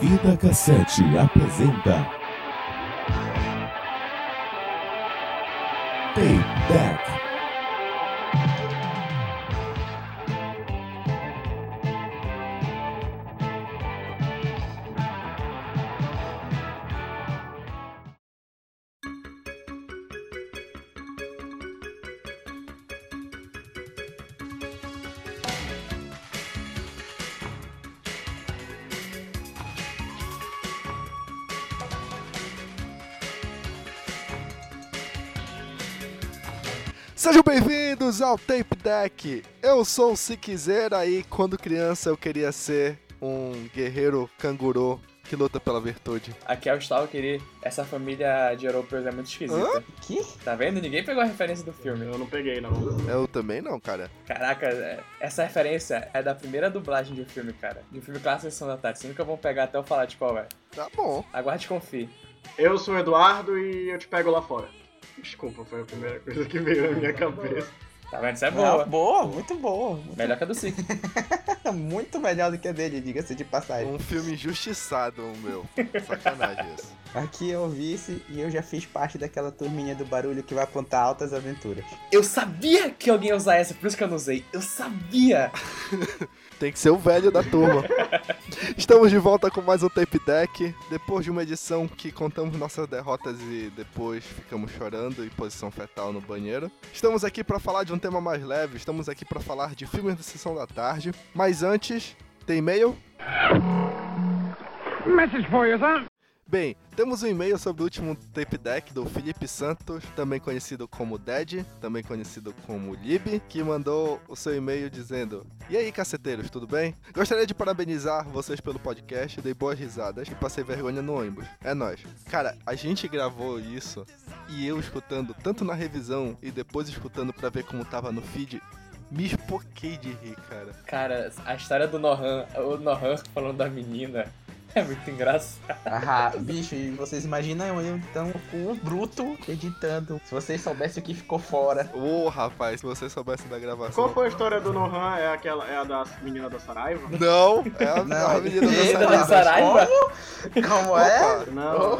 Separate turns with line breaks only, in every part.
Vida Cassete apresenta Payback
Sejam bem-vindos ao Tape Deck. Eu sou o Siquezeira e quando criança eu queria ser um guerreiro canguru que luta pela virtude.
Aqui é o Gustavo Querer. Essa família de europeus é muito esquisita.
Que?
Tá vendo? Ninguém pegou a referência do filme.
Eu não peguei, não.
Eu também não, cara.
Caraca, é- essa referência é da primeira dublagem de um filme, cara. De um filme clássico de Sessão da Tarde. Vocês nunca vão pegar até eu falar de qual é.
Tá bom.
Aguarde e confie.
Eu sou o Eduardo e eu te pego lá fora. Desculpa, foi a primeira coisa que veio na minha cabeça.
Tá vendo? Isso é
Boa,
boa.
Ah, boa, muito boa. Muito,
Melhor que a do Cic.
muito melhor do que a dele, diga-se de passagem.
Um filme injustiçado, o meu. Sacanagem isso.
Aqui é o Vice e eu já fiz parte daquela turminha do barulho que vai contar altas aventuras.
Eu sabia que alguém ia usar essa, por isso que eu não usei. Eu sabia!
Tem que ser o velho da turma. Estamos de volta com mais um Tape Deck. Depois de uma edição que contamos nossas derrotas e depois ficamos chorando em posição fetal no banheiro. Estamos aqui para falar de um tema mais leve. Estamos aqui para falar de filmes da sessão da tarde. Mas antes, tem e-mail?
Message for you, son.
Bem, temos um e-mail sobre o último tape deck do Felipe Santos, também conhecido como Dead, também conhecido como Lib, que mandou o seu e-mail dizendo: E aí, caceteiros, tudo bem? Gostaria de parabenizar vocês pelo podcast, dei boas risadas e passei vergonha no ônibus. É nóis. Cara, a gente gravou isso e eu escutando tanto na revisão e depois escutando pra ver como tava no feed, me espoquei de rir, cara.
Cara, a história do Nohan, o Nohan falando da menina, é muito engraçado.
Ah, bicho, e vocês imaginam eu então com o bruto editando. Se vocês soubessem o que ficou fora.
Ô, rapaz, se você soubesse da gravação.
Qual foi a história do Nohan? É aquela, é a da menina da Saraiva?
Não, é a, é a
Não,
menina do
eita,
Saraiva.
da Saraiva?
Como? Como é?
Opa,
Não, não,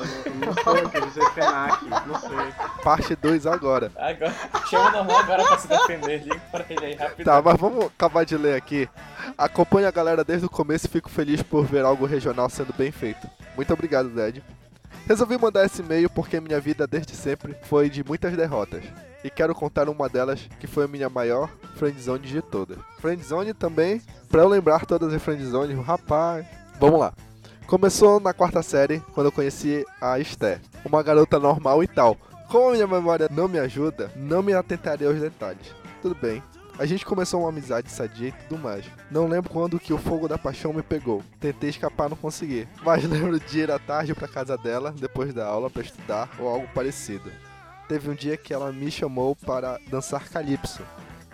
não foi, eu quis dizer Fenac, não sei.
parte 2 agora.
Agora, chama o Nohan agora pra se defender. Liga pra ele aí rápido.
Tá, mas vamos acabar de ler aqui. Acompanho a galera desde o começo e fico feliz por ver algo regional sendo bem feito. Muito obrigado, Ned. Resolvi mandar esse e-mail porque minha vida desde sempre foi de muitas derrotas. E quero contar uma delas que foi a minha maior friendzone de todas. Friendzone também, pra eu lembrar todas as friendzones, rapaz. Vamos lá. Começou na quarta série, quando eu conheci a Esté, uma garota normal e tal. Como a minha memória não me ajuda, não me atentarei aos detalhes. Tudo bem, a gente começou uma amizade sadia e tudo mais. Não lembro quando que o fogo da paixão me pegou. Tentei escapar, não consegui. Mas lembro de ir à tarde pra casa dela, depois da aula, pra estudar ou algo parecido. Teve um dia que ela me chamou para dançar calypso.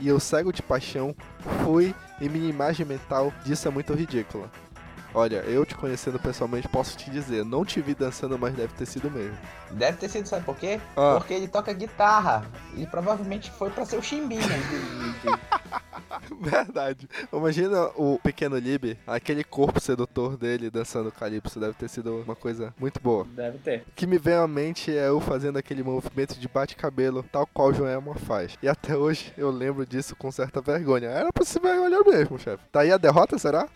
E eu, cego de paixão, fui e minha imagem mental disso é muito ridícula. Olha, eu te conhecendo pessoalmente posso te dizer, não te vi dançando, mas deve ter sido mesmo.
Deve ter sido, sabe por quê?
Ah.
Porque ele toca guitarra. Ele provavelmente foi pra ser o chimbinha.
Verdade. Imagina o pequeno Lib, aquele corpo sedutor dele dançando calypso, deve ter sido uma coisa muito boa.
Deve ter.
O que me vem à mente é eu fazendo aquele movimento de bate-cabelo, tal qual Joelma faz. E até hoje eu lembro disso com certa vergonha. Era pra se vergonhar mesmo, chefe. Tá aí a derrota, será?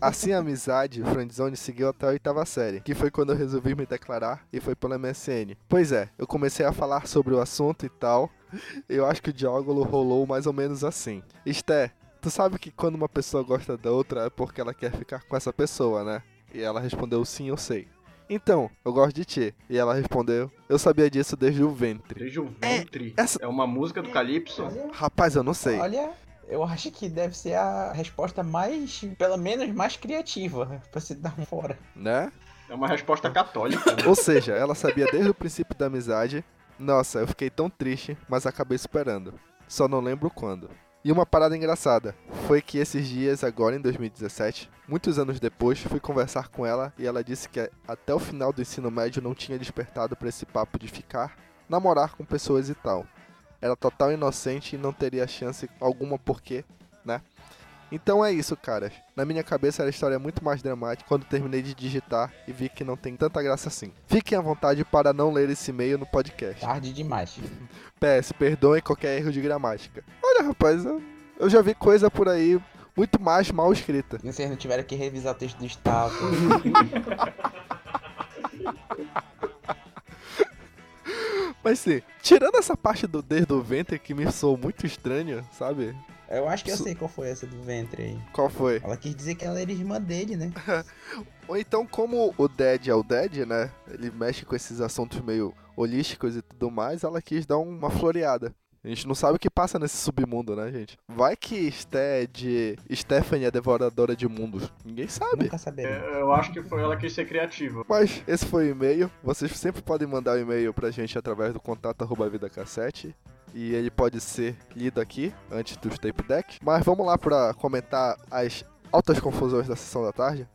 assim a amizade, friendzone seguiu até a oitava série, que foi quando eu resolvi me declarar e foi pelo MSN. Pois é, eu comecei a falar sobre o assunto e tal. Eu acho que o diálogo rolou mais ou menos assim. Esté, tu sabe que quando uma pessoa gosta da outra é porque ela quer ficar com essa pessoa, né? E ela respondeu sim, eu sei. Então, eu gosto de ti. E ela respondeu, eu sabia disso desde o ventre.
Desde o ventre.
Essa-
É uma música do Calypso?
Rapaz, eu não sei.
Olha, eu acho que deve ser a resposta mais, pelo menos mais criativa pra se dar um fora.
Né?
É uma resposta católica. né?
Ou seja, ela sabia desde o princípio da amizade. Nossa, eu fiquei tão triste, mas acabei superando. Só não lembro quando. E uma parada engraçada foi que esses dias, agora em 2017, muitos anos depois, fui conversar com ela e ela disse que até o final do ensino médio não tinha despertado pra esse papo de ficar, namorar com pessoas e tal. Era total inocente e não teria chance alguma porque, né? Então é isso, caras. Na minha cabeça era a história muito mais dramática quando terminei de digitar e vi que não tem tanta graça assim. Fiquem à vontade para não ler esse e-mail no podcast.
Tarde demais.
PS, perdoem qualquer erro de gramática. Olha, rapaz, eu, eu já vi coisa por aí muito mais mal escrita.
E vocês não tiveram que revisar o texto do Estado.
Mas sim, tirando essa parte do desde o ventre que me soou muito estranho, sabe?
Eu acho que eu sei qual foi essa do ventre aí.
Qual foi?
Ela quis dizer que ela era irmã dele, né?
Ou então, como o Dead é o Dead, né? Ele mexe com esses assuntos meio holísticos e tudo mais, ela quis dar uma floreada. A gente não sabe o que passa nesse submundo, né, gente? Vai que Sted, Stephanie é devoradora de mundos. Ninguém sabe.
Nunca saberemos.
É, Eu acho que foi ela que quis ser criativa.
Mas esse foi o e-mail. Vocês sempre podem mandar o e-mail pra gente através do contato arroba vida cassete. E ele pode ser lido aqui, antes do tape deck. Mas vamos lá pra comentar as altas confusões da sessão da tarde.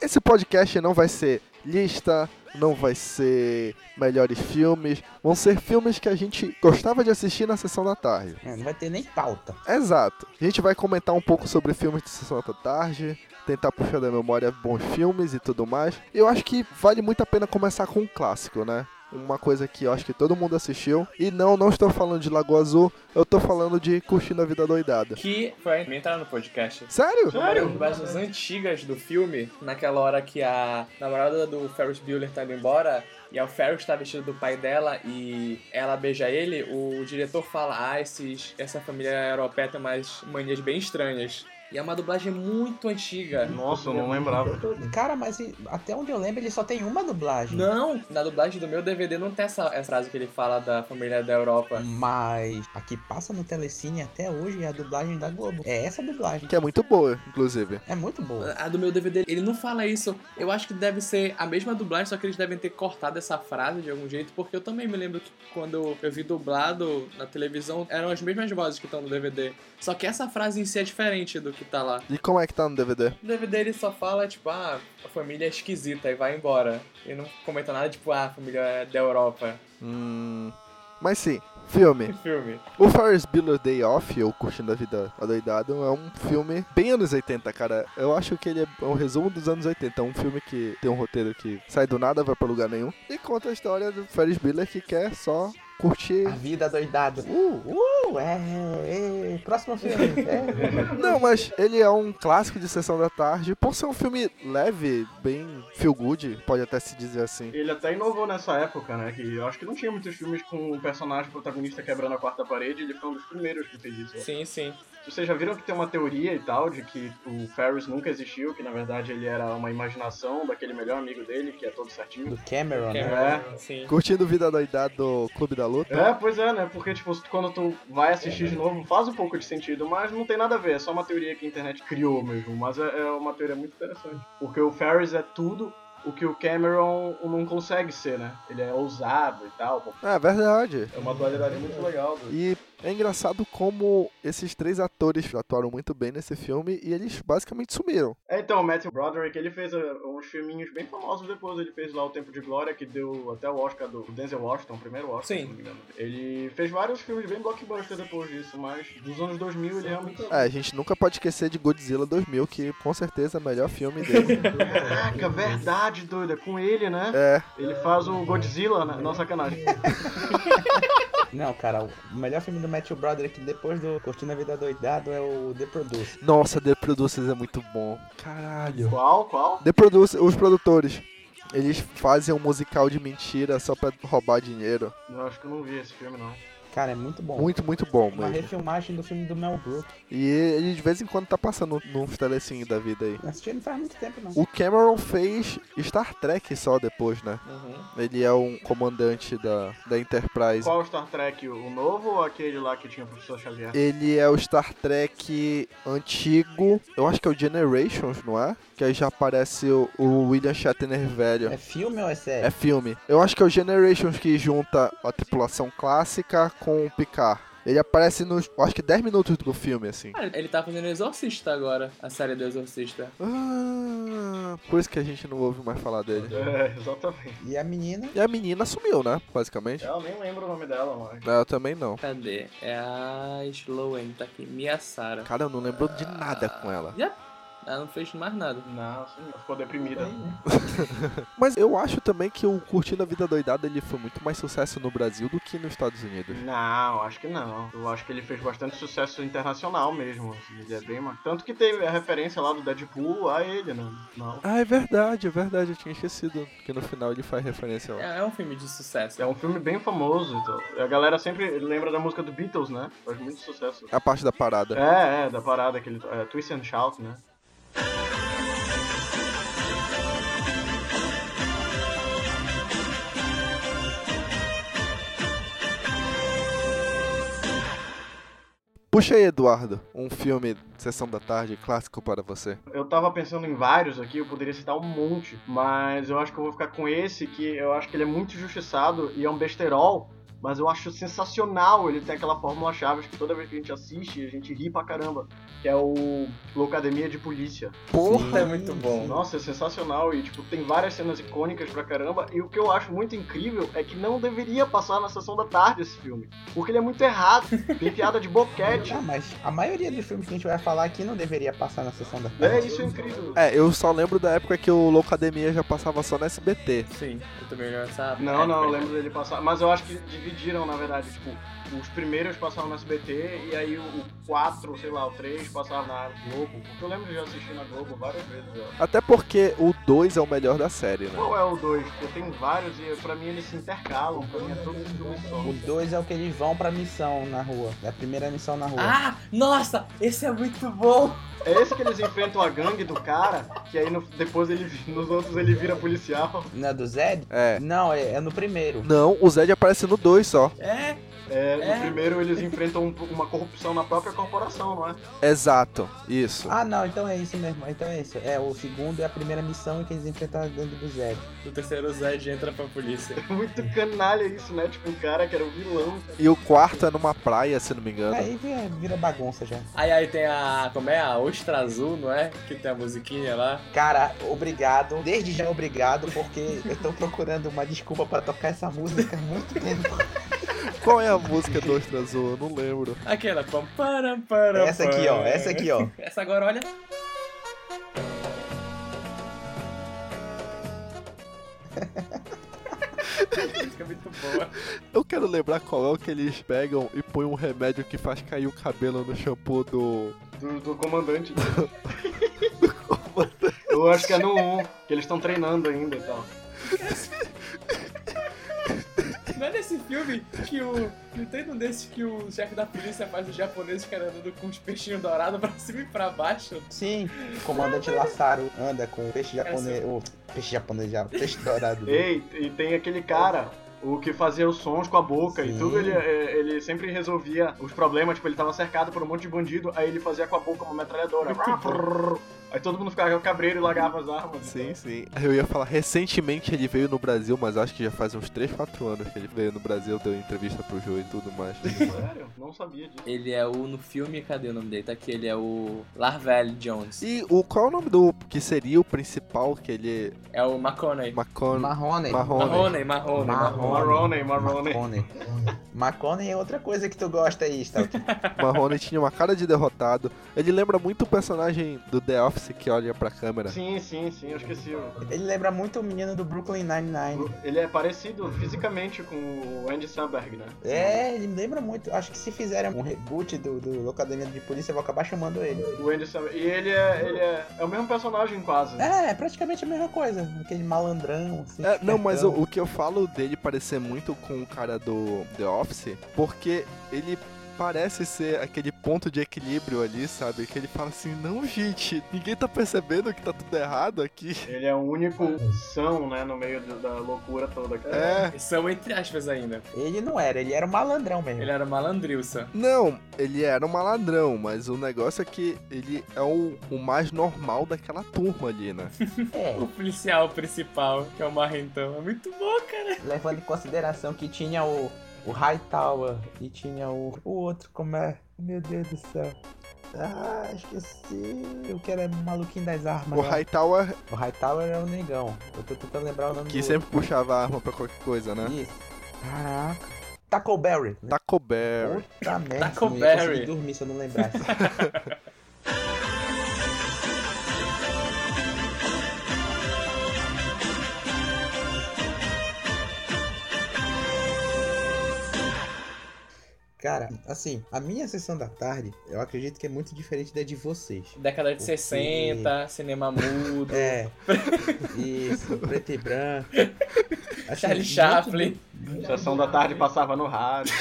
Esse podcast não vai ser lista, não vai ser melhores filmes. Vão ser filmes que a gente gostava de assistir na sessão da tarde.
É, não vai ter nem pauta.
Exato. A gente vai comentar um pouco sobre filmes de sessão da tarde, tentar puxar da memória bons filmes e tudo mais. Eu acho que vale muito a pena começar com um clássico, né? Uma coisa que eu acho que todo mundo assistiu. E não, não estou falando de Lagoa Azul, eu estou falando de Curtindo a Vida Doidada.
Que foi entrar no podcast.
Sério?
Uma das versões antigas do filme, naquela hora que a namorada do Ferris Bueller tá indo embora, e o Ferris tá vestido do pai dela e ela beija ele, o diretor fala, ah, esses, essa família europeia tem umas manias bem estranhas. E é uma dublagem muito antiga.
Nossa, eu não lembrava.
Cara, mas e- até onde eu lembro, ele só tem uma dublagem.
Não, na dublagem do meu DVD não tem essa, essa frase que ele fala da família da Europa.
Mas a que passa no Telecine até hoje é a dublagem da Globo. É essa dublagem.
Que é muito boa, inclusive.
É muito boa.
A do meu DVD, ele não fala isso. Eu acho que deve ser a mesma dublagem, só que eles devem ter cortado essa frase de algum jeito, porque eu também me lembro que quando eu vi dublado na televisão, eram as mesmas vozes que estão no DVD. Só que essa frase em si é diferente do que tá lá.
E como é que tá no DVD?
No DVD ele só fala, tipo, ah, a família é esquisita e vai embora. E não comenta nada, tipo, ah, a família é da Europa.
Hum. Mas sim, filme.
Que filme.
O Ferris Bueller Day Off, ou Curtindo a Vida Adoidado, é um filme bem anos 80, cara. Eu acho que ele é um resumo dos anos 80. É um filme que tem um roteiro que sai do nada, vai pra lugar nenhum. E conta a história do Ferris Bueller que quer só curtir.
A vida doidada. Uh, uh, é, é. Próximo filme. É.
Não, mas ele é um clássico de sessão da tarde. Por ser um filme leve, bem feel good, pode até se dizer assim.
Ele até inovou nessa época, né? Que eu acho que não tinha muitos filmes com o personagem protagonista quebrando a quarta parede. Ele foi um dos primeiros que fez isso.
Sim, sim.
Vocês já viram que tem uma teoria e tal de que o Ferris nunca existiu, que na verdade ele era uma imaginação daquele melhor amigo dele, que é todo certinho.
Do Cameron, né?
É.
Sim.
Curtindo Vida Adoidado Clube da Luta.
É, pois é, né? Porque, tipo, quando tu vai assistir de novo, faz um pouco de sentido, mas não tem nada a ver. É só uma teoria que a internet criou mesmo. Mas é, é uma teoria muito interessante. Porque o Ferris é tudo o que o Cameron não consegue ser, né? Ele é ousado e tal. pô.
É verdade.
É uma dualidade muito legal. do-
E é engraçado como esses três atores atuaram muito bem nesse filme e eles basicamente sumiram.
É, então, o Matthew Broderick, ele fez eh, uns filminhos bem famosos depois. Ele fez lá O Tempo de Glória, que deu até o Oscar do Denzel Washington, o primeiro Oscar,
Sim.
se não me engano. Ele fez vários filmes bem blockbuster depois disso, mas nos anos 2000 ele realmente...
É, a gente nunca pode esquecer de Godzilla 2000, que com certeza é o melhor filme dele.
Caraca, verdade, doida, com ele, né?
é,
Ele faz o Godzilla, né? Não, sacanagem.
Não, cara, o melhor filme do Matthew Broderick depois do Curtindo a Vida Doidado é o The Produce.
nossa, The Producers é muito bom. Caralho.
Qual, qual?
The Producers, os produtores, eles fazem um musical de mentira só pra roubar dinheiro.
Eu acho que eu não vi esse filme, não.
Cara, é muito bom.
Muito, muito bom,
Uma
mesmo.
refilmagem do filme do Mel Brooks.
E ele de vez em quando tá passando nos telecinho da vida aí.
Não assisti não faz muito tempo, não.
O Cameron fez Star Trek só depois, né?
Uhum.
Ele é um comandante da, da Enterprise.
Qual Star Trek? O novo ou aquele lá que tinha o professor Xavier?
Ele é o Star Trek antigo, eu acho que é o Generations, não é? Que aí já aparece o, o William Shatner velho.
É filme ou é série?
É filme. Eu acho que é o Generations que junta a tripulação clássica com o Picard. Ele aparece nos, eu acho que 10 minutos do filme, assim.
Cara, ele tá fazendo Exorcista agora, a série do Exorcista.
Ah, Ah, por isso que a gente não ouve mais falar dele.
É, exatamente.
E a menina,
E a menina sumiu, né? Basicamente. É,
Eu nem lembro o nome dela, mano.
Eu também não.
Cadê? É a Sloane, tá aqui. Miyasara.
Cara, eu não lembro de nada com ela.
Já? Ela Ah, não fez mais nada.
Não, sumiu. ficou deprimida.
Mas eu acho também que o Curtindo a Vida Doidada ele foi muito mais sucesso no Brasil do que nos Estados Unidos.
Não, acho que não. Eu acho que ele fez bastante sucesso internacional mesmo. assim, Ele é bem, mano. Tanto que teve a referência lá do Deadpool a ele, né? Não.
Ah, é verdade, é verdade, eu tinha esquecido que no final ele faz referência lá.
É, é um filme de sucesso.
É um filme bem famoso. Então. A galera sempre lembra da música do Beatles, né? Faz muito sucesso.
A parte da parada.
É, é, da parada, aquele é, Twist and Shout, né?
Puxa aí, Eduardo, um filme Sessão da Tarde clássico para você.
Eu tava pensando em vários aqui, eu poderia citar um monte, mas eu acho que eu vou ficar com esse, que eu acho que ele é muito injustiçado e é um besterol, mas eu acho sensacional ele tem aquela fórmula chaves que toda vez que a gente assiste, a gente ri pra caramba, que é o Loucademia de Polícia.
Porra, é muito bom.
Nossa, é sensacional e, tipo, tem várias cenas icônicas pra caramba, e o que eu acho muito incrível é que não deveria passar na sessão da tarde esse filme, porque ele é muito errado, tem piada de boquete,
ah, mas a maioria dos filmes que a gente vai falar aqui não deveria passar na sessão da
é,
tarde.
isso é incrível.
É, eu só lembro da época que o Loucademia já passava só na SBT.
Sim, eu também É, lembro essa.
Não, não, eu
época.
lembro dele passar. Mas eu acho que dividiram, na verdade, tipo, os primeiros passaram no SBT e aí o 4, sei lá, o 3 passaram na Globo. Porque eu lembro de eu assistir na Globo várias vezes. ó.
Até porque o 2 é o melhor da série, né?
Qual é o 2? Porque tem vários e pra mim eles se intercalam, pra mim é todo um filme
O
só.
2 é o que eles vão pra missão na rua. É a primeira missão na rua.
Ah, nossa, esse é muito bom.
É esse que eles enfrentam a gangue do cara, que aí no- depois ele, nos outros ele vira policial.
Não é do Zed?
É.
Não, é, é no primeiro.
Não, o Zed aparece no 2 só.
É,
É, no
É.
primeiro eles enfrentam um- uma corrupção na própria corporação, não é?
Exato, isso.
Ah, não, então é isso mesmo. Então é isso. É, o segundo é a primeira missão em que eles enfrentam a gangue do Zed.
O terceiro Zed entra pra polícia.
Muito canalha isso, né? Tipo, o cara que era o vilão.
E o quarto é numa praia, se não me engano.
Aí vira, vira bagunça já.
Aí aí tem a. Como é? A Ostra Azul, não é? Que tem a musiquinha lá.
Cara, obrigado. Desde já obrigado, porque eu tô procurando uma desculpa pra tocar essa música há muito tempo.
Qual é a música do Ostra Azul? Eu não lembro.
Aquela. Pam, param, param,
Essa aqui, ó.
param.
Essa aqui, ó.
Essa agora, olha. Essa música é muito boa.
Eu quero lembrar qual é o que eles pegam e põem um remédio que faz cair o cabelo no shampoo do.
Do, do comandante. Eu acho que é no 1, que eles estão treinando ainda e tal.
Não é nesse filme que o. Não tem um desses que o chefe da polícia faz os japoneses ficarem andando com os peixinhos dourados pra cima e pra baixo?
Sim, o comandante Lassaro anda com o peixe japonês. O peixe japonês já, o peixe dourado.
Ei, e tem aquele cara, o que fazia os sons com a boca e
Sim.
tudo, ele, é, ele sempre resolvia os problemas, tipo, ele tava cercado por um monte de bandido, aí ele fazia com a boca uma metralhadora. Aí todo mundo ficava cabreiro e largava as armas.
Sim, sim. Eu ia falar, recentemente ele veio no Brasil, mas acho que já faz uns 3, 4 anos que ele veio no Brasil, deu entrevista pro Ju e tudo mais.
Sério? Não sabia disso.
Ele é o. No filme, cadê o nome dele? Tá aqui, ele é o Larvel Jones.
E o, qual é o nome do que seria o principal que ele.
É o McConaughey.
Macon...
Marrone.
Marrone.
Marrone, Marrone, Oh, é Marrone.
Marrone, Marrone.
Marrone. Marrone é outra coisa que tu gosta aí, Stout.
Marrone tinha uma cara de derrotado. Ele lembra muito o personagem do The Office que olha pra câmera.
Sim, sim, sim, eu esqueci. o-
Ele lembra muito o menino do Brooklyn Nine-Nine.
Ele é parecido fisicamente com o Andy Samberg, né?
É, ele me lembra muito. Acho que se fizerem um reboot do, do Locademia de Polícia, eu vou acabar chamando ele.
O Andy Samberg. E ele é, ele é, é o mesmo personagem quase. né?
É, é praticamente a mesma coisa. Aquele malandrão, assim.
É, não, mas o,
espertão.
o que eu falo dele parecer muito com o cara do The Office, porque ele parece ser aquele ponto de equilíbrio ali, sabe? Que ele fala assim, não, gente, ninguém tá percebendo que tá tudo errado aqui.
Ele é o único são, né, no meio do- da loucura toda. cara.
É.
São entre aspas ainda.
Ele não era, ele era um malandrão mesmo.
Ele era malandrilça.
Não, ele era um malandrão, mas o negócio é que ele é o, o mais normal daquela turma ali, né?
O
É,
policial principal, que é o Marrentão. É muito bom, cara.
levando em consideração que tinha o, o Hightower e tinha o, o outro, como é? Meu Deus do céu. Ah, esqueci. O que era maluquinho das armas.
O
lá.
Hightower,
o Hightower é o negão. Eu tô tentando lembrar o nome
que
do
sempre puxava a arma pra qualquer coisa, né?
Isso. Caraca. Taco Berry. né?
Taco Bell.
Puta merda.
Taco
não ia
Berry.
conseguir dormir se eu não lembrasse. Cara, assim, a minha sessão da tarde, eu acredito que é muito diferente da de vocês.
Década de
O
60, cinema mudo,
É. Isso, preto e branco. Assim,
Charlie
muito
Chaplin.
Sessão da tarde passava no rádio.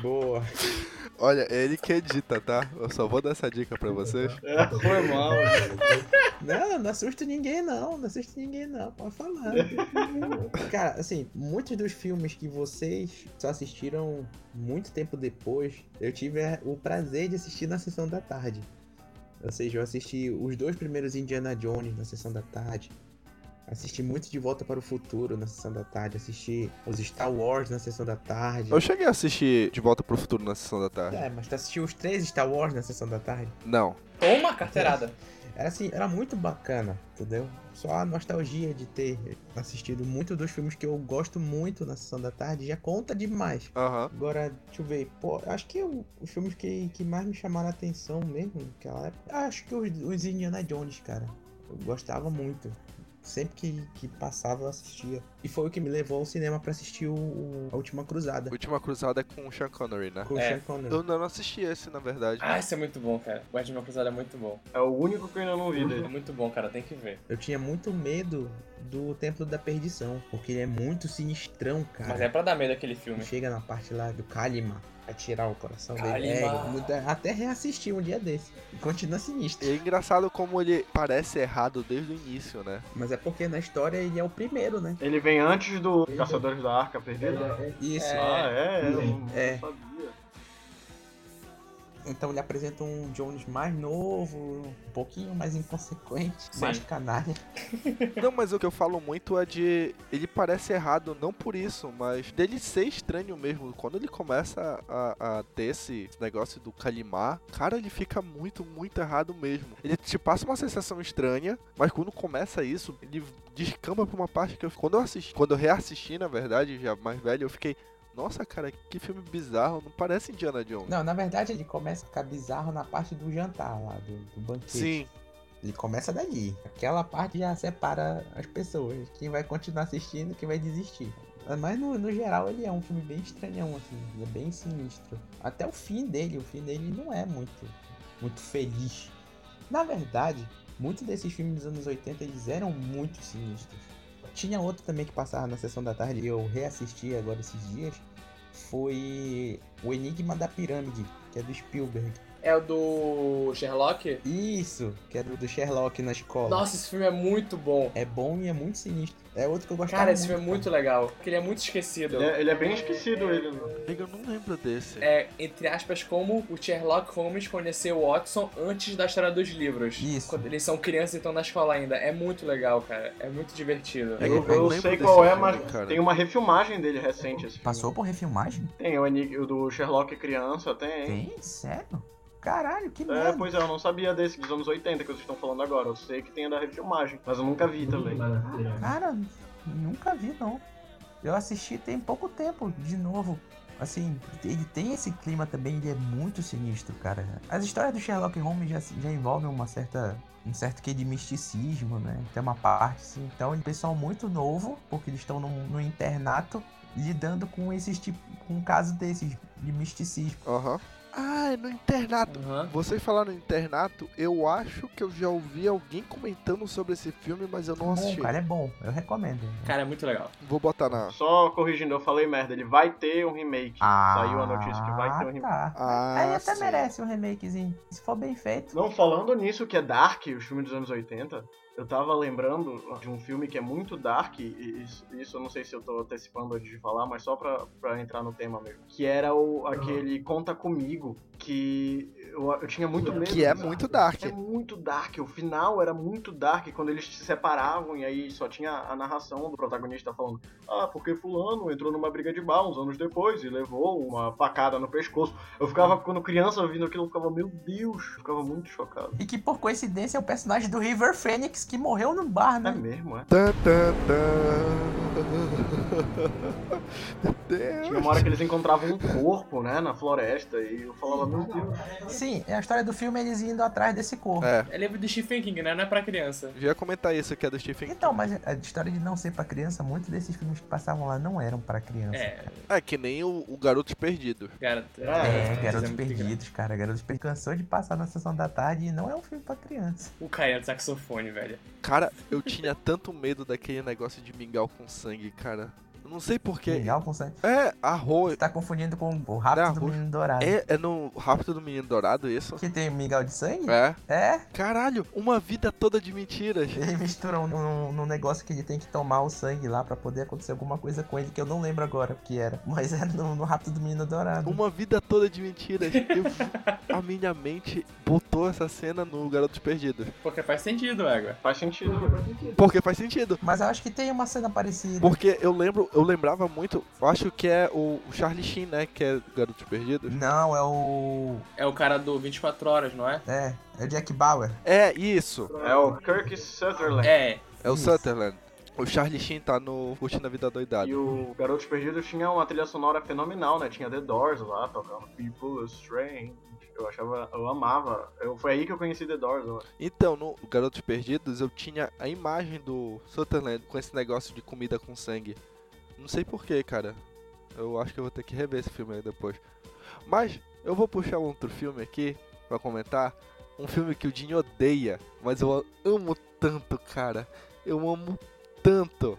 Boa.
Olha, é ele que edita, tá? Eu só vou dar essa dica pra vocês.
É, foi mal.
né?
Não, não assusta ninguém, não. Não assusta ninguém, não. Pode falar. Cara, assim, muitos dos filmes que vocês só assistiram muito tempo depois, eu tive eh, o prazer de assistir na sessão da tarde. Ou seja, eu assisti os dois primeiros Indiana Jones na sessão da tarde. Assisti muito De Volta para o Futuro na sessão da tarde. Assisti os Star Wars na sessão da tarde.
Eu cheguei a assistir De Volta pro Futuro na sessão da tarde.
É, mas tu assistiu os três Star Wars na sessão da tarde?
Não.
Toma carteirada.
Era assim, era muito bacana, entendeu? Só a nostalgia de ter assistido muito dos filmes que eu gosto muito na sessão da tarde já conta demais.
Aham.
Agora, deixa eu ver, pô, acho que é o- os filmes que, que mais me chamaram a atenção mesmo naquela época, acho que os, os Indiana Jones, cara. Eu gostava muito. Sempre que, que passava eu assistia. E foi o que me levou ao cinema pra assistir o, o A Última Cruzada.
Última Cruzada é com o Sean Connery, né?
Com o
É.
Sean Connery.
Eu não assisti esse, na verdade.
Ah, isso é muito bom, cara. O Edmund Cruzado é muito bom.
É o único que eu ainda não vi
É
dele.
muito bom, cara. Tem que ver.
Eu tinha muito medo do Templo da Perdição, porque ele é muito sinistrão, cara.
Mas é pra dar medo aquele filme.
Chega na parte lá do Kalima, vai tirar o coração dele.
Kalima.
É, muda- até reassistir um dia desse. E continua sinistro.
E é engraçado como ele parece errado desde o início, né?
Mas é porque na história ele é o primeiro, né?
Ele vem antes do Caçadores da Arca Perdida?
Isso.
É.
Ah, é? Eu não
É.
sabia.
Então ele apresenta um Jones mais novo, um pouquinho mais inconsequente,
Sim.
mais canalha.
Não, mas o que eu falo muito é de. Ele parece errado, não por isso, mas dele ser estranho mesmo. Quando ele começa a, a ter esse negócio do Kalimar, cara, ele fica muito, muito errado mesmo. Ele te passa uma sensação estranha, mas quando começa isso, ele descamba pra uma parte que eu. Quando eu assisti, quando eu reassisti, na verdade, já mais velho, eu fiquei. Nossa, cara, que filme bizarro, não parece Indiana Jones.
Não, na verdade ele começa a ficar bizarro na parte do jantar lá, do, do banquete.
Sim,
Ele começa dali. Aquela parte já separa as pessoas. Quem vai continuar assistindo, quem vai desistir. Mas no, no geral ele é um filme bem estranhão, assim. Ele é bem sinistro. Até o fim dele, o fim dele não é muito, muito feliz. Na verdade, muitos desses filmes dos anos 80 eles eram muito sinistros. Tinha outro também que passava na sessão da tarde e eu reassisti agora esses dias. Foi O Enigma da Pirâmide, que é do Spielberg.
É o do Sherlock?
Isso, que é do, do Sherlock na escola.
Nossa, esse filme é muito bom.
É bom e é muito sinistro. É outro que eu gostava
Cara, esse filme é
muito.
muito legal. Porque ele é muito esquecido.
Ele é, ele é bem esquecido, ele. né?
eu não lembro desse.
É, entre aspas, como o Sherlock Holmes conheceu o Watson antes da história dos livros.
Isso.
Quando eles são crianças e estão na escola ainda. É muito legal, cara. É muito divertido.
É,
Eu,
eu
eu
lembro
sei
desse
qual é,
filme,
mas
cara.
tem uma refilmagem dele recente. Esse filme.
Passou por refilmagem?
Tem o, Enig- o do Sherlock Criança, tem.
Tem? Sério? Caralho, que
É,
merda.
pois é, eu não sabia desse dos anos 80 que vocês estão falando agora. Eu sei que tem a da refilmagem, mas eu nunca vi
Hum,
também.
Cara, nunca vi não. Eu assisti tem pouco tempo, de novo. Assim, ele tem esse clima também, ele é muito sinistro, cara. As histórias do Sherlock Holmes já, já envolvem uma certa. um certo que de misticismo, né? Tem uma parte, assim. Então, é um pessoal muito novo, porque eles estão num- no internato, lidando com esses tipo. com um caso desses de misticismo.
Aham. Ah, é no internato.
Aham.
Vocês falaram internato, eu acho que eu já ouvi alguém comentando sobre esse filme, mas eu não
bom,
assisti.
cara, é bom. Eu recomendo.
Cara, é muito legal.
Vou botar na.
Só corrigindo, eu falei merda, ele vai ter um remake.
Ah,
Saiu a notícia que vai ter um remake.
tá.
Ah,
Aí até
sim.
merece um remakezinho. Se for bem feito.
Não, falando nisso que é Dark, os filmes dos anos 80, Eu tava lembrando de um filme que é muito dark, e isso, isso eu não sei se eu tô antecipando antes de falar, mas só pra, pra entrar no tema mesmo. Que era o, aquele Conta Comigo, que eu, eu tinha muito medo.
Que é
sabe?
muito dark.
É muito dark, o final era muito dark quando eles se separavam e aí só tinha a narração do protagonista falando: Ah, porque Fulano entrou numa briga de bar uns anos depois e levou uma facada no pescoço. Eu ficava, quando criança ouvindo aquilo, eu ficava: Meu Deus, eu ficava muito chocado.
E que por coincidência é o personagem do River Phoenix que morreu no bar,
É
né?
mesmo, é?
Tan, tan, tan. Meu Deus.
Tinha uma hora que eles encontravam um corpo, né, na floresta e eu falava: Meu Deus.
Sim, é a história do filme eles indo atrás desse corpo.
É,
É livro de Stephen King, né? Não é pra criança.
eu ia comentar isso que é do Stephen
Então, mas a história de não ser pra criança, muitos desses filmes que passavam lá não eram pra criança.
É,
É que nem o, o Garotos Perdidos.
garoto.
É,
É,
Mas
Garotos
muito grande.
Perdidos, cara. Garotos Perdidos cansou de passar na sessão da tarde e não é um filme pra criança.
O Caio do saxofone, velho.
Cara, eu tinha tanto medo daquele negócio de mingau com sangue, cara. Eu não sei porquê.
Legal, consegue.
É, arroz.
Você tá confundindo com o
Não,
Rápido do
arroz.
Menino Dourado.
É, é no Rápido do Menino Dourado isso?
Que tem mingau de sangue?
É.
É.
Caralho, uma vida toda de mentiras.
Ele mistura um- num num negócio que ele tem que tomar o sangue lá pra poder acontecer alguma coisa com ele, que eu não lembro agora o que era. Mas era no, no Rápido do Menino Dourado.
Uma vida toda de mentiras. Eu- a minha mente botou essa cena no Garotos Perdidos.
Porque faz sentido, Água.
Faz sentido.
Porque faz sentido.
Mas eu acho que tem uma cena parecida.
Porque eu lembro, eu lembrava muito, eu acho que é o, o Charlie Sheen, né? Que é Garotos Perdidos.
Não, é o.
É o cara do 24 horas, não é?
É, é o Jack Bauer.
É, isso.
É o Kirk Sutherland.
É.
É o
Isso.
Sutherland. O Charlie Sheen tá no Curtindo a Vida Doidada.
E o Garotos Perdidos tinha uma trilha sonora fenomenal, né? Tinha The Doors lá, tocando People Are Strange. Eu achava, eu amava. Eu, foi aí que eu conheci The Doors, eu acho.
Então, no Garotos Perdidos, eu tinha a imagem do Sutherland com esse negócio de comida com sangue. Não sei porquê, cara. Eu acho que eu vou ter que rever esse filme aí depois. Mas eu vou puxar um outro filme aqui pra comentar. Um filme que o Dinho odeia, mas eu amo tanto, cara. Eu amo tanto.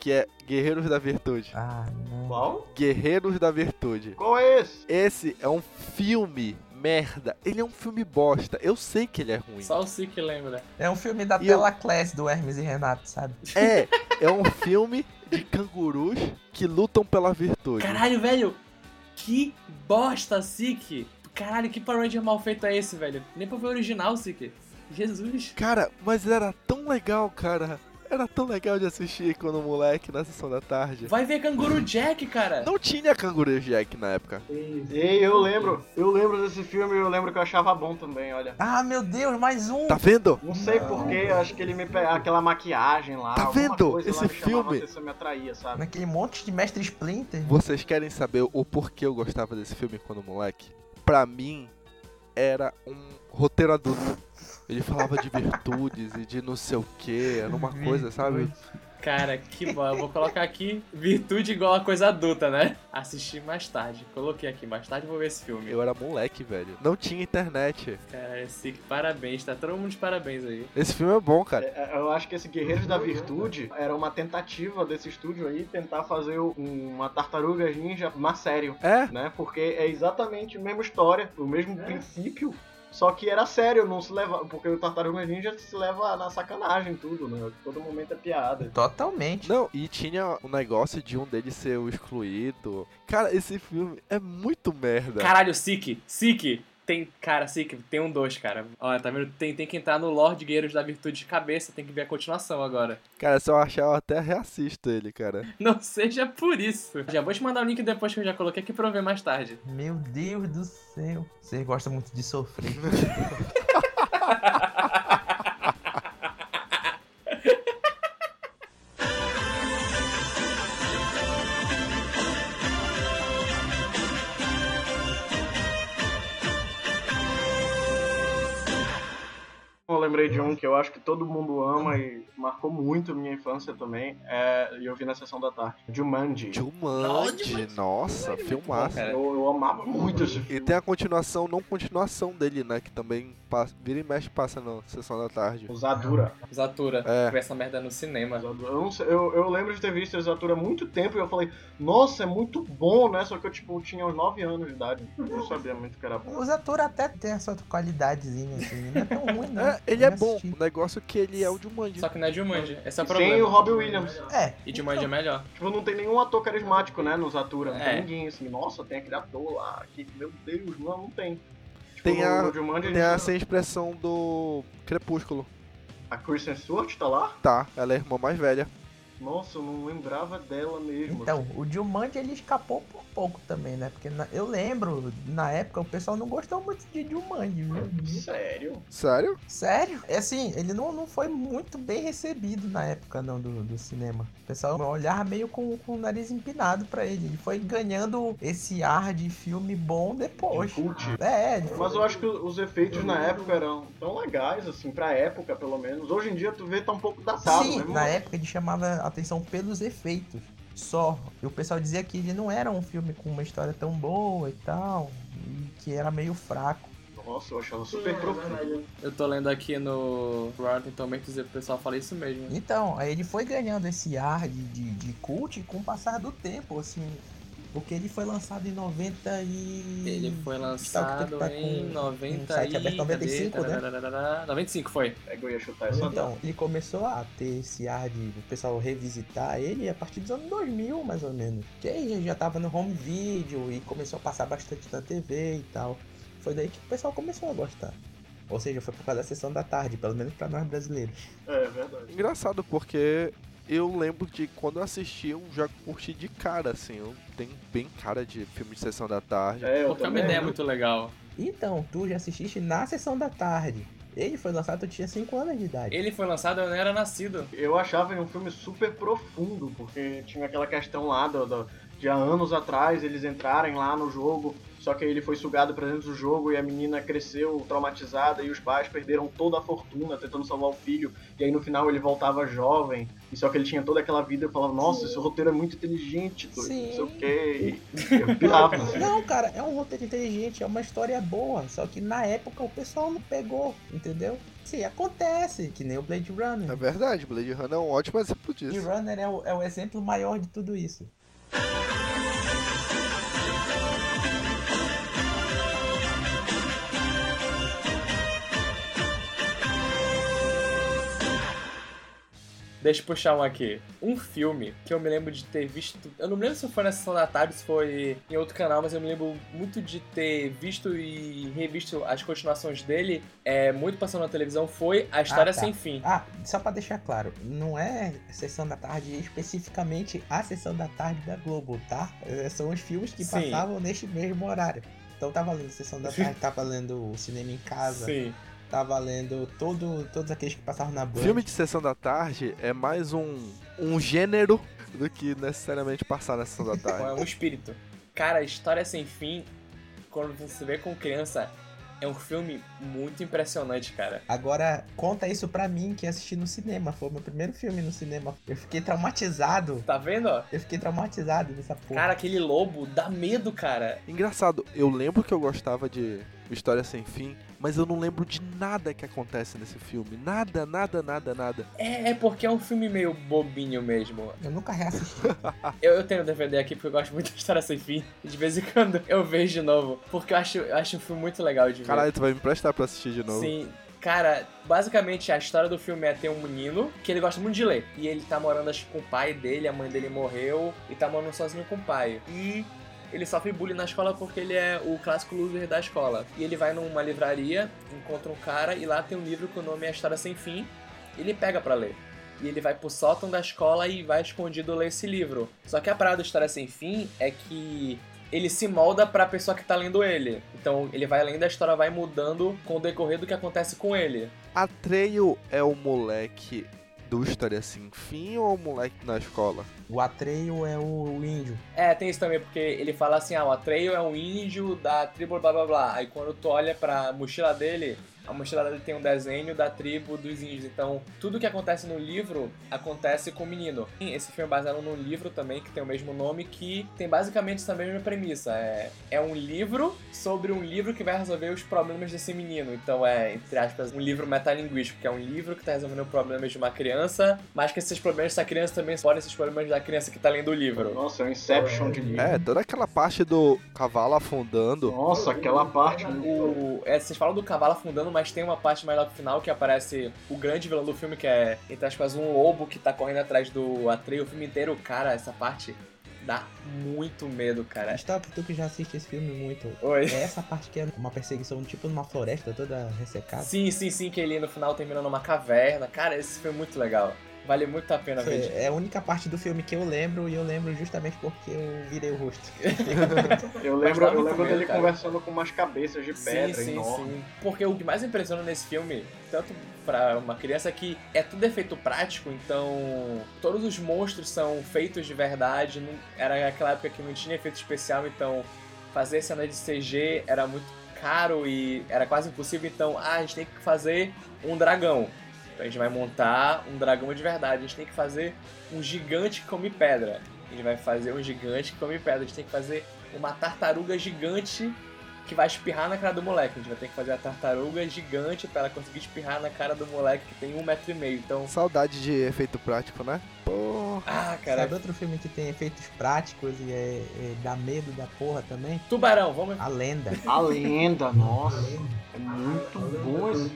Que é Guerreiros da Virtude.
Ah, não.
Qual?
Guerreiros da Virtude.
Qual é esse?
Esse é um filme merda. Ele é um filme bosta. Eu sei que ele é ruim.
Só o Si que lembra.
É um filme da
E eu-
tela classe do Hermes e Renato, sabe?
É, é um filme de cangurus que lutam pela virtude.
Caralho, velho. Que bosta, Sik. Caralho, que Power Ranger mal feito é esse, velho? Nem pra ver o original, Sik. Jesus.
Cara, mas era tão legal, cara. Era tão legal de assistir quando moleque na sessão da tarde.
Vai ver Canguru Jack, cara.
Não tinha canguru Jack na época.
Ei, eu lembro. Eu lembro desse filme e eu lembro que eu achava bom também, olha.
Ah, meu Deus, mais um!
Tá vendo?
Não sei porquê, acho que ele me pegou aquela maquiagem lá.
Tá
alguma
vendo?
Coisa
Esse
lá me chamava
filme. é
atenção, me atraía, sabe?
Naquele monte de mestre Splinter.
Vocês querem saber o porquê eu gostava desse filme quando moleque? Pra mim, era um roteiro adulto. Ele falava de virtudes e de não sei o que, era uma coisa, sabe?
Cara, que bom. Eu vou colocar aqui virtude igual a coisa adulta, né? Assistir mais tarde. Coloquei aqui, mais tarde eu vou ver esse filme.
Eu era moleque, velho. Não tinha internet.
Caralho, Sik, parabéns. Tá todo mundo de parabéns aí.
Esse filme é bom, cara.
É, Eu acho que esse Guerreiros da Virtude era uma tentativa desse estúdio aí tentar fazer um- uma tartaruga ninja mais sério.
É,
né? Porque é exatamente a mesma história, o mesmo princípio, só que era sério, não se leva, porque o Tartaruga Ninja se leva na sacanagem tudo, né? Todo momento é piada.
Totalmente.
Não, e tinha o negócio de um deles ser o excluído. Cara, esse filme é muito merda.
Caralho, Sik. Sik. Tem, cara, Sik, tem um dois, cara. Olha, tá vendo? Tem, tem que entrar no Lorde Guerreiros da Virtude de cabeça. Tem que ver a continuação agora.
Cara, se eu achar, eu até reassisto ele, cara.
Não seja por isso. Já vou te mandar o link depois que eu já coloquei aqui pra eu ver mais tarde.
Meu Deus do céu. Vocês gostam muito de sofrer.
Eu lembrei de um que eu acho que todo mundo ama e marcou muito a minha infância também, é, e eu vi na sessão da tarde, Jumanji.
Jumanji, nossa, filmaço.
cara.
Eu, eu amava muito esse filme.
E tem a continuação, não continuação dele, né? Que também passa, vira e mexe passa na sessão da tarde.
Usadura.
Ah, Zatura.
É.
Ver essa merda no cinema.
Usadura. Eu, não sei, eu, eu lembro de ter visto Usadura há muito tempo e eu falei, nossa, é muito bom, né? Só que eu, tipo, tinha uns 9 anos de idade. Eu não sabia muito que era bom.
Os atores até têm a sua qualidadezinha, assim. Não é tão ruim, não.
É, ele é
não
bom.
assisti.
O negócio é que ele é o Jumanji.
Só que não é Jumanji, esse é o problema.
Sem o Robbie Williams.
É.
E Jumanji é melhor.
Tipo, não tem nenhum ator carismático, né, nos Atura. Não
É.
tem ninguém assim, nossa, tem aquele ator lá, que, meu Deus, não, não tem. Tipo,
Tem
no-
a-
no Jumanji,
Tem a
a...
sem expressão do Crepúsculo.
a Kristen Stewart tá lá?
Tá, ela é a irmã mais velha.
Nossa, eu não lembrava dela mesmo.
Então, o Jumanji ele escapou por pouco também, né? Porque na- eu lembro, na época, o pessoal não gostou muito de Jumanji, viu?
Sério?
Sério?
Sério? É assim, ele não, não foi muito bem recebido na época, não, do, do cinema. O pessoal olhava meio com, com o nariz empinado pra ele. Ele foi ganhando esse ar de filme bom depois.
De cult.
É, ele foi-
Mas eu acho que os efeitos na época eram tão legais, assim, pra época, pelo menos. Hoje em dia tu vê tá um pouco datado,
Sim,
né?
na época ele chamava a atenção pelos efeitos. Só. E o pessoal dizia que ele não era um filme com uma história tão boa e tal. E que era meio fraco.
Nossa, eu achava super profundo.
Eu tô lendo aqui no Rotten Tomatoes e o pessoal fala isso mesmo.
Então, aí ele foi ganhando esse ar de, de, de cult com o passar do tempo, assim. Porque ele foi lançado em 90 e.
Ele foi
que
lançado
tá com-
em
com o
90
site
e...
aberto, 95,
cadê?
né?
Tarararara. 95 foi.
É que eu ia chutar essa data.
Então, ele começou a ter esse ar de o pessoal revisitar ele a partir dos anos 2000, mais ou menos. Que aí ele já tava no home video e começou a passar bastante na TV e tal. Foi daí que o pessoal começou a gostar. Ou seja, foi por causa da sessão da tarde, pelo menos pra nós brasileiros.
É, verdade.
Engraçado, porque eu lembro de quando eu assisti, eu já curti de cara, assim. Eu tenho bem cara de filme de sessão da tarde.
É, eu
Porque é uma
também.
ideia muito legal.
Então, tu já assististe na sessão da tarde. Ele foi lançado, tu tinha 5 anos de idade.
Ele foi lançado, eu não era nascido.
Eu achava ele um filme super profundo, porque tinha aquela questão lá do, do- de há anos atrás eles entrarem lá no jogo, só que aí ele foi sugado pra dentro do jogo e a menina cresceu traumatizada e os pais perderam toda a fortuna tentando salvar o filho, e aí no final ele voltava jovem, e só que ele tinha toda aquela vida e eu falava, nossa, esse roteiro é muito inteligente, doido, não sei o
Sim.
quê. E eu pirava. assim.
Não, cara, é um roteiro inteligente, é uma história boa. Só que na época o pessoal não pegou, entendeu? Sim, acontece, que nem o Blade Runner.
É verdade, Blade Runner é um ótimo exemplo
E
disso.
Runner é o, é o exemplo maior de tudo isso.
Deixa eu puxar um aqui. Um filme que eu me lembro de ter visto. Eu não me lembro se foi na sessão da tarde, se foi em outro canal, mas eu me lembro muito de ter visto e revisto as continuações dele. É muito passando na televisão. Foi A História
Ah, tá.
Sem Fim.
Ah, só pra deixar claro, não é sessão da tarde, especificamente a sessão da tarde da Globo, tá? É, São os filmes que
Sim.
passavam neste mesmo horário. Então tá valendo sessão da tarde, tá valendo o cinema em casa,
Sim.
tá valendo todo, todos aqueles que passavam na Band.
Filme de sessão da tarde é mais um, um gênero do que necessariamente passar na sessão da
É
tarde.
um espírito. Cara, História Sem Fim, quando você vê com criança, é um filme muito impressionante, cara.
Agora, conta isso pra mim que assisti no cinema. Foi o meu primeiro filme no cinema. Eu fiquei traumatizado.
Tá vendo? ó?
Eu fiquei traumatizado nessa porra.
Cara, aquele lobo dá medo, cara.
Engraçado, eu lembro que eu gostava de História Sem Fim, mas eu não lembro de nada que acontece nesse filme. Nada, nada, nada, nada.
É, é porque é um filme meio bobinho mesmo.
Eu nunca reassisti.
Eu, eu tenho DVD aqui porque eu gosto muito de História Sem Fim. E de vez em quando eu vejo de novo. Porque eu acho, eu acho um filme muito legal de ver.
Caralho, tu vai me emprestar pra assistir de novo.
Sim. Cara, basicamente a história do filme é ter um menino que ele gosta muito de ler. E ele tá morando acho, que, com o pai dele, a mãe dele morreu, e tá morando sozinho com o pai. E ele sofre bullying na escola porque ele é o clássico loser da escola. E ele vai numa livraria, encontra um cara, e lá tem um livro que o nome é A História Sem Fim. Ele pega pra ler. E ele vai pro sótão da escola e vai escondido ler esse livro. Só que a parada da História Sem Fim é que ele se molda pra pessoa que tá lendo ele. Então ele vai lendo, a história vai mudando com o decorrer do que acontece com ele.
Atreio é o moleque do História Sem Fim ou o moleque na escola?
O Atreio é o índio.
É, tem isso também, porque ele fala assim, ah, o Atreio é um índio da tribo blá blá blá. Aí quando tu olha pra mochila dele, a mochila dele tem um desenho da tribo dos índios. Então, tudo que acontece no livro, acontece com o menino. E Esse filme é baseado num livro também, que tem o mesmo nome, que tem basicamente essa mesma premissa. É, é um livro sobre um livro que vai resolver os problemas desse menino. Então é, entre aspas, um livro metalinguístico, que é um livro que tá resolvendo problemas de uma criança, mas que esses problemas dessa criança também podem ser os problemas da da criança que tá lendo o livro.
Nossa, é um Inception de livro.
É, toda aquela parte do cavalo afundando.
Nossa, aquela parte.
O, é, vocês falam do cavalo afundando, mas tem uma parte mais lá pro final que aparece o grande vilão do filme, que é, entre aspas, um lobo que tá correndo atrás do Atreio o filme inteiro. Cara, essa parte dá muito medo,
É.
cara.
Gustavo, tu que já assiste esse filme muito.
Oi.
É essa parte que é uma perseguição, tipo numa floresta toda ressecada.
Sim, sim, sim, que ele no final termina numa caverna. Cara, esse foi muito legal. Vale muito a pena
Foi-
ver.
É a única parte do filme que eu lembro e eu lembro justamente porque eu virei o rosto.
Eu lembro,
Mas dá tá
eu
muito
lembro
medo,
dele
cara.
conversando com umas cabeças de pedra enormes.
Porque o que mais impressiona nesse filme, tanto pra uma criança, é que é tudo efeito prático, então todos os monstros são feitos de verdade. não- Era aquela época que não tinha efeito especial, então fazer cena de CG era muito caro e era quase impossível. Então, ah, a gente tem que fazer um dragão. Então a gente vai montar um dragão de verdade. A gente tem que fazer um gigante que come pedra. A gente vai fazer um gigante que come pedra. A gente tem que fazer uma tartaruga gigante que vai espirrar na cara do moleque. A gente vai ter que fazer a tartaruga gigante pra ela conseguir espirrar na cara do moleque que tem um metro e meio. Então,
Saudade de efeito prático, né? Pô,
ah, cara.
Sabe é outro filme que tem efeitos práticos e é, é- dá medo da porra também?
Tubarão, vamos.
A Lenda.
A lenda, nossa. É muito bom esse.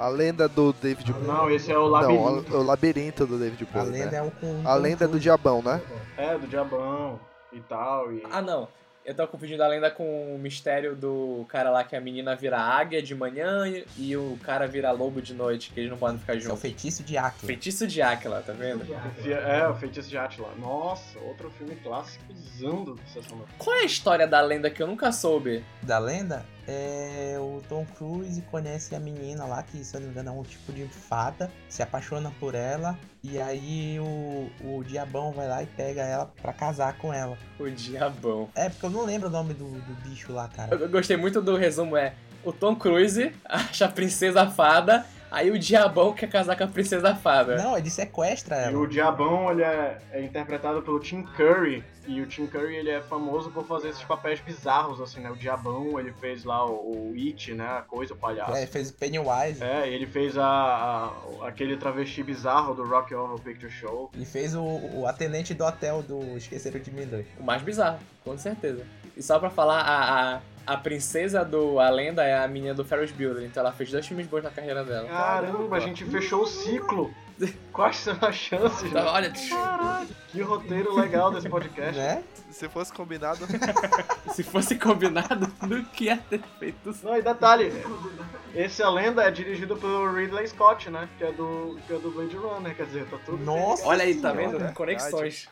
a lenda do David Bowie.
Não, esse é o
Tipo, Não,
labirinto.
o, o labirinto do David
A
Bowie. né?
Lenda é o com.
A lenda do diabão, né?
É, do diabão e tal. E...
Ah, não. Eu tava confundindo a lenda com o mistério do cara lá que a menina vira águia de manhã e- e o cara vira lobo de noite, que eles não podem ficar
Esse é o
juntos.
feitiço de Acre.
Feitiço de Áquila, tá vendo?
Fe- É, o feitiço de Atila. Nossa, outro filme clássicozando dessa semana.
Qual é a história da lenda que eu nunca soube?
Da Lenda é o Tom Cruise conhece a menina lá, que se eu não me engano é um tipo de fada, se apaixona por ela, e aí o, o diabão vai lá e pega ela pra casar com ela.
O diabão.
É, porque eu não lembro o nome do, do bicho lá, cara.
Eu eu gostei muito do resumo, é o Tom Cruise acha a princesa fada, aí o diabão quer casar com a princesa fada.
Não, ele sequestra
E
ela.
o Diabão, ele é, é interpretado pelo Tim Curry. E o Tim Curry, ele é famoso por fazer esses papéis bizarros, assim, né? O Diabão, ele fez lá o, o It, né? A coisa, o palhaço.
É, fez o Pennywise.
É, ele fez a, a- aquele travesti bizarro do Rock Horror Picture Show.
E fez o, o atendente do hotel do Esqueceram de Mim dois.
O mais bizarro, com certeza. E só pra falar, a, a, a princesa do A Lenda é a menina do Ferris Bueller, então ela fez dois filmes bons na carreira dela.
Caramba, a gente fechou o ciclo. Quais são as chances?
Então,
Né?
olha,
Que roteiro legal desse podcast.
Né?
Se fosse combinado.
se fosse combinado, não que ia ter feito isso.
Não, e detalhe, esse A Lenda é dirigido pelo Ridley Scott, né? Que é do, que é do Blade Runner, quer dizer, tá tudo...
Nossa!
Olha aí, tá
senhora.
vendo?
verdade.
Conexões.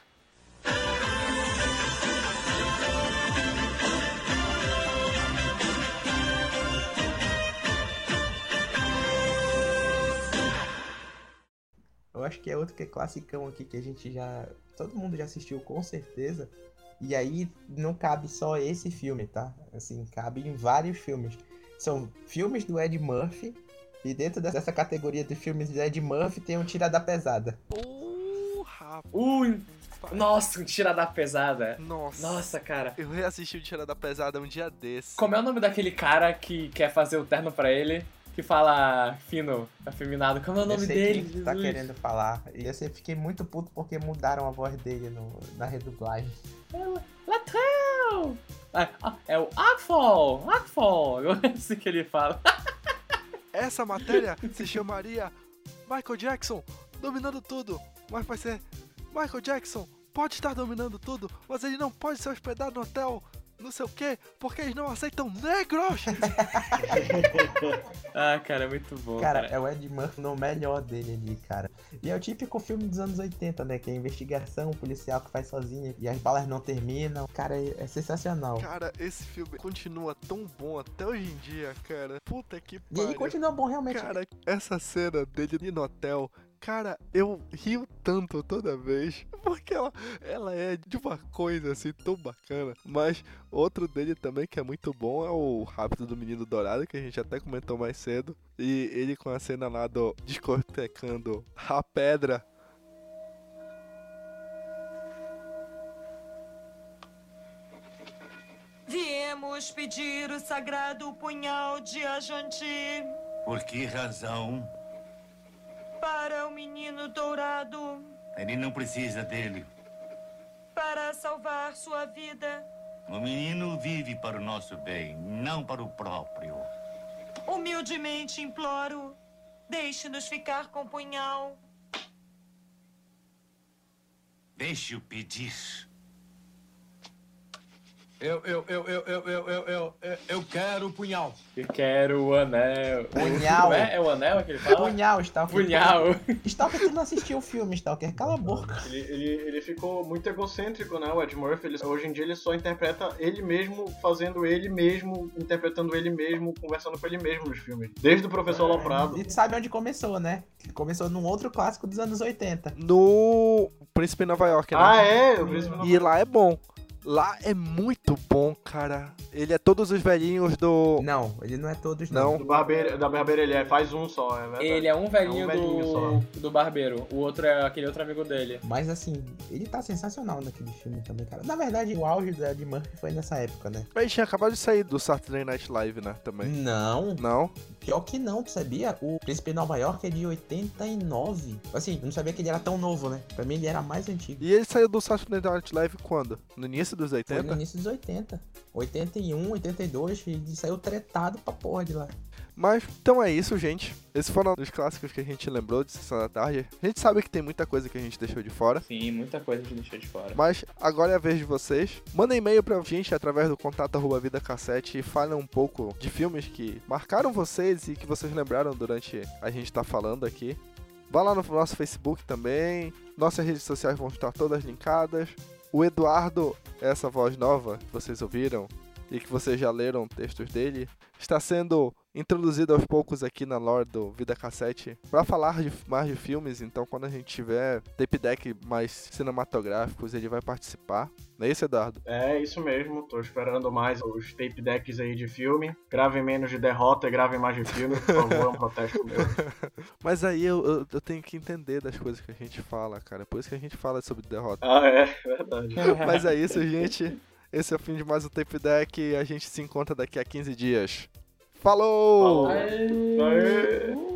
Eu acho que é outro que é classicão aqui que a gente já. Todo mundo já assistiu com certeza. E aí não cabe só esse filme, tá? Assim, cabe em vários filmes. São filmes do Ed Murphy. E dentro dessa categoria de filmes do Ed Murphy tem o Tira da Pesada.
Uh, rapaz.
Ui, nossa, um tira da pesada.
Nossa.
Nossa, cara.
Eu reassisti o Tira da Pesada um dia desse.
Como é o nome daquele cara que quer fazer o terno pra ele? Que fala fino, afeminado. Como é o nome
eu sei
dele?
quem tá
Jesus?
querendo falar. E eu sempre fiquei muito puto porque mudaram a voz dele no, na redublagem.
Latrell! Ah, ah, É o Akfall! Akfall! Eu não sei o assim que ele fala.
Essa matéria se chamaria Michael Jackson dominando tudo, mas vai ser Michael Jackson pode estar dominando tudo, mas ele não pode ser hospedado no hotel, não sei o que, porque eles não aceitam negros.
Ah, cara, é muito bom.
Cara, é o Ed Murphy no melhor dele ali, cara. E é o típico filme dos anos 80, né? Que é a investigação, o policial que faz sozinho e as balas não terminam. Cara, é é sensacional.
Cara, esse filme continua tão bom até hoje em dia, cara. Puta que
E ele
pariu.
continua bom realmente.
Cara, essa cena dele ali no hotel, cara, eu rio tanto toda vez, porque ela, ela é de uma coisa assim tão bacana. Mas outro dele também que é muito bom é o Rápido do Menino Dourado, que a gente até comentou mais cedo. E ele com a cena lá do discotecando a pedra.
Viemos pedir o sagrado punhal de Ajanti
Por que razão?
para o menino dourado.
Ele não precisa dele.
salvar sua vida.
O menino vive para o nosso bem, não para o próprio.
Humildemente imploro, deixe-nos ficar com o punhal.
Deixe-o pedir.
Eu, eu, eu, eu, eu, eu, eu, eu, eu, eu quero o punhal.
é
Eu quero o anel.
Punhal.
É, é o anel que ele fala?
Punhal, Stalker.
Punhal.
Stalker, tu não assistiu o filme, Stalker. Cala a boca.
Ele, ele, ele ficou muito egocêntrico, né? O Ed Murphy, ele- hoje em dia ele só interpreta ele mesmo, fazendo ele mesmo, interpretando ele mesmo, conversando com ele mesmo nos filmes. Desde o Professor
É.
Loprado.
E tu sabe onde começou, né? Começou num outro clássico dos anos 80.
No Príncipe em Nova York, né?
Ah, é? O Príncipe
E lá é bom. Lá é muito bom, cara. Ele é todos os velhinhos do.
Não, ele não é todos,
Não.
do barbeiro, da barbeira, ele é, faz um só, é verdade.
Ele é um velhinho,
É um velhinho
do, do barbeiro. O outro é aquele outro amigo dele.
Mas assim, ele tá sensacional naquele filme também, cara. Na verdade, o auge do Ed Murphy foi nessa época, né?
Mas tinha acabado de sair do Saturday Night Live, né? Também.
Não,
Não?
pior que não, tu sabia? O Príncipe de Nova York é de 89. Assim, eu não sabia que ele era tão novo, né? Pra mim ele era mais antigo.
E ele saiu do Saturday Night Live quando? No início dos
Foi né? no
80?
início dos 80. 81, 82, ele saiu tretado pra porra de lá.
Mas então é isso, gente. Esses foram os clássicos que a gente lembrou de Sessão da Tarde. A gente sabe que tem muita coisa que a gente deixou de fora.
Sim, muita coisa que deixou de fora.
Mas agora é a vez de vocês. Mandem e-mail pra gente através do contato arroba vida cassete e falem um pouco de filmes que marcaram vocês e que vocês lembraram durante a gente tá falando aqui. Vá lá no nosso Facebook também. Nossas redes sociais vão estar todas linkadas. O Eduardo, é essa voz nova que vocês ouviram e que vocês já leram textos dele, está sendo introduzido aos poucos aqui na lore do Vida Cassete para falar de, mais de filmes. Então, quando a gente tiver tape deck mais cinematográficos, ele vai participar. Não é isso, Eduardo?
É isso mesmo, tô esperando mais os tape decks aí de filme. Gravem menos de derrota e gravem mais de filme, por favor, é um protesto meu.
Mas aí eu, eu, eu tenho que entender das coisas que a gente fala, cara. é Por isso que a gente fala sobre derrota.
Ah, é, verdade.
Mas é isso, gente. Esse é o fim de mais um tape deck. A gente se encontra daqui a 15 dias. Falou!
Falou. Aê.